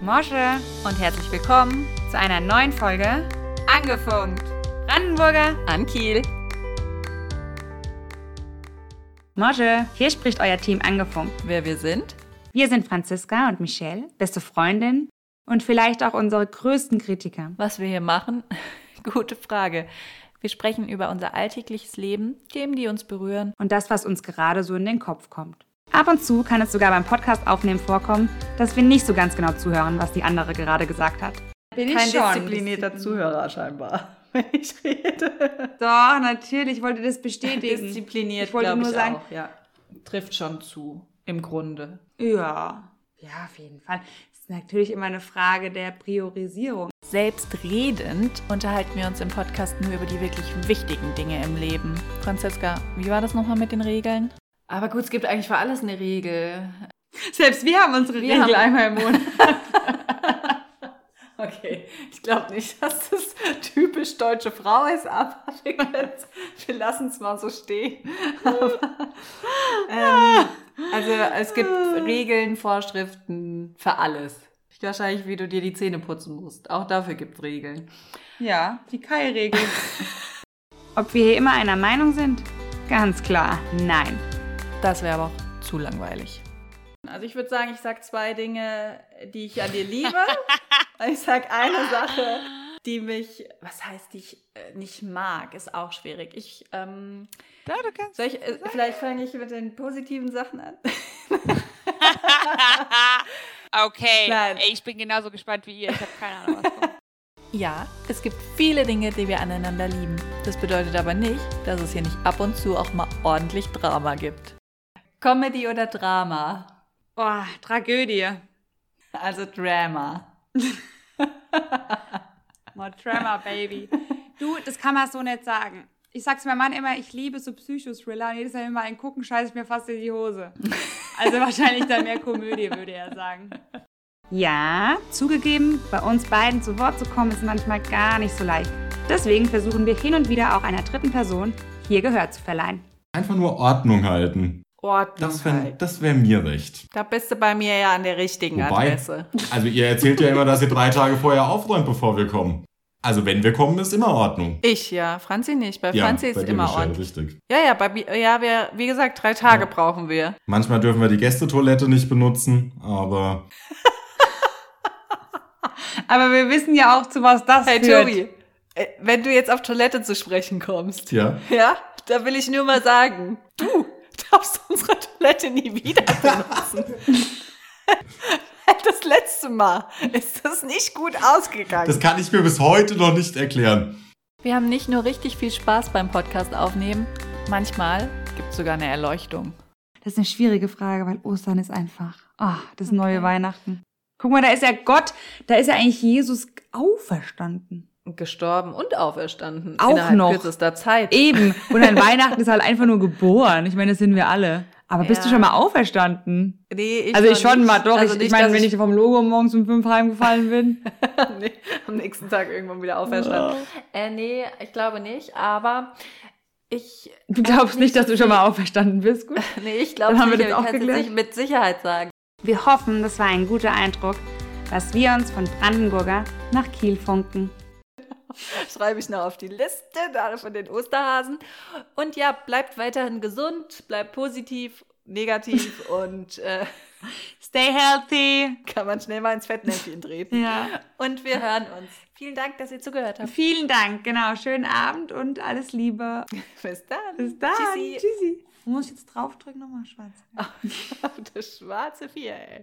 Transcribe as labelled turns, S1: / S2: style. S1: Mosche und herzlich willkommen zu einer neuen Folge Angefunkt. Brandenburger
S2: an Kiel.
S1: Mosche, hier spricht euer Team Angefunkt.
S2: Wer wir sind?
S1: Wir sind Franziska und Michelle, beste Freundin und vielleicht auch unsere größten Kritiker.
S2: Was wir hier machen? Gute Frage. Wir sprechen über unser alltägliches Leben, Themen, die uns berühren.
S1: Und das, was uns gerade so in den Kopf kommt. Ab und zu kann es sogar beim Podcast aufnehmen vorkommen, dass wir nicht so ganz genau zuhören, was die andere gerade gesagt hat.
S2: Bin
S1: ich
S2: Kein
S1: schon.
S2: disziplinierter Zuhörer scheinbar, wenn ich rede.
S1: Doch, natürlich, ich wollte das bestätigen.
S2: Diszipliniert,
S1: Ich wollte
S2: glaub
S1: nur sagen-
S2: auch, ja. Trifft schon zu, im Grunde.
S1: Ja. Ja, auf jeden Fall. Das ist natürlich immer eine Frage der Priorisierung.
S2: Selbstredend unterhalten wir uns im Podcast nur über die wirklich wichtigen Dinge im Leben. Franziska, wie war das nochmal mit den Regeln?
S3: Aber gut, es gibt eigentlich für alles eine Regel.
S1: Selbst wir haben unsere
S3: Wir haben-
S1: einmal im Monat.
S3: Okay, ich glaube nicht, dass das typisch deutsche Frau ist, aber wir, können's- wir lassen es mal so stehen. Aber, ähm, also es gibt Regeln, Vorschriften für alles. Wahrscheinlich, wie du dir die Zähne putzen musst. Auch dafür gibt es Regeln.
S1: Ja, die Kai-Regel. Ob wir hier immer einer Meinung sind? Ganz klar, nein.
S2: Das wäre aber auch zu langweilig.
S3: Also ich würde sagen, ich sag zwei Dinge, die ich an dir liebe. Und ich sag eine Sache, die mich, was heißt, die ich äh, nicht mag, ist auch schwierig. Ich, ähm,
S2: Da, du kannst.
S3: soll ich, äh, vielleicht fange ich mit den positiven Sachen an.
S1: okay,
S3: Nein.
S1: Ey, ich bin genauso gespannt wie ihr. Ich habe keine Ahnung, was kommt.
S2: Ja, es gibt viele Dinge, die wir aneinander lieben. Das bedeutet aber nicht, dass es hier nicht ab und zu auch mal ordentlich Drama gibt.
S3: Comedy oder Drama?
S1: Boah, Tragödie.
S3: Also Drama.
S1: More Tremor, Baby. Du, das kann man so nicht sagen. Ich sag's meinem Mann immer, ich liebe so Psychothriller und jedes Mal, wenn wir mal einen gucken, scheiße ich mir fast in die Hose. Also wahrscheinlich dann mehr Komödie, würde er sagen. Ja, zugegeben, bei uns beiden zu Wort zu kommen, ist manchmal gar nicht so leicht. Deswegen versuchen wir hin und wieder auch einer dritten Person hier Gehör zu verleihen.
S4: Einfach nur Ordnung halten.
S3: Ordnung.
S4: Das wäre
S3: halt.
S4: das wär mir recht.
S3: Da bist du bei mir ja an der richtigen
S4: Wobei-
S3: Adresse.
S4: Also ihr erzählt ja immer, dass ihr drei Tage vorher aufräumt, bevor wir kommen. Also wenn wir kommen, ist immer Ordnung.
S3: Ich ja, Franzi nicht. Bei
S4: Ja,
S3: Franzi ist
S4: bei dir,
S3: immer
S4: Michelle,
S3: ordentlich.
S4: richtig.
S3: Ja, ja, bei, mir- ja wir, wie gesagt, drei Tage brauchen wir.
S4: Manchmal dürfen wir die Gästetoilette nicht benutzen, aber
S1: Aber wir wissen ja auch, zu was das
S3: Hey
S1: führt.
S3: Tobi, äh, wenn du jetzt auf Toilette zu sprechen kommst,
S4: ja.
S3: ja, da will ich nur mal sagen, du darfst unsere Toilette nie wieder benutzen. Weil das letzte Mal ist das nicht gut ausgegangen.
S4: Das kann ich mir bis heute noch nicht erklären.
S2: Wir haben nicht nur richtig viel Spaß beim Podcast aufnehmen, manchmal gibt es sogar eine Erleuchtung.
S1: Das ist eine schwierige Frage, weil Ostern ist einfach. Ah, das neue Weihnachten. Guck mal, da ist ja Gott, da ist ja eigentlich Jesus auferstanden.
S3: Gestorben und auferstanden.
S1: Auch
S3: innerhalb
S1: noch.
S3: kürzester Zeit.
S1: Eben. Und an Weihnachten ist halt einfach nur geboren. Ich meine, das sind wir alle. Aber bist
S3: Ja.
S1: du schon mal auferstanden?
S3: Nee,
S1: also
S3: noch
S1: ich schon
S3: nicht.
S1: mal, doch.
S3: Also
S1: ich
S3: nicht,
S1: ich meine,
S3: dass
S1: wenn ich vom Logo morgens um fünf heimgefallen bin.
S3: nee, am nächsten Tag irgendwann wieder auferstanden. Äh, nee, ich glaube nicht, aber ich,
S1: Du glaubst nicht, dass du schon mal auferstanden bist, gut?
S3: nee, ich glaube,
S1: Dann haben wir
S3: sicher,
S1: das auch
S3: ich kann's jetzt
S1: geklärt.
S3: nicht mit Sicherheit sagen.
S1: Wir hoffen, das war ein guter Eindruck, was wir uns von Brandenburger nach Kiel funken.
S3: schreibe ich noch auf die Liste da von den Osterhasen. Und ja, bleibt weiterhin gesund, bleibt positiv, negativ und äh,
S1: Stay healthy.
S3: kann man schnell mal ins Fettnäpfchen treten.
S1: Ja.
S3: Und wir hören uns. Vielen Dank, dass ihr zugehört habt.
S1: Vielen Dank, genau. Schönen Abend und alles Liebe.
S3: Bis dann.
S1: Bis dann.
S3: Tschüssi.
S1: Tschüssi. Muss ich jetzt draufdrücken nochmal, Schwanz?
S3: Auf das schwarze Vier, ey.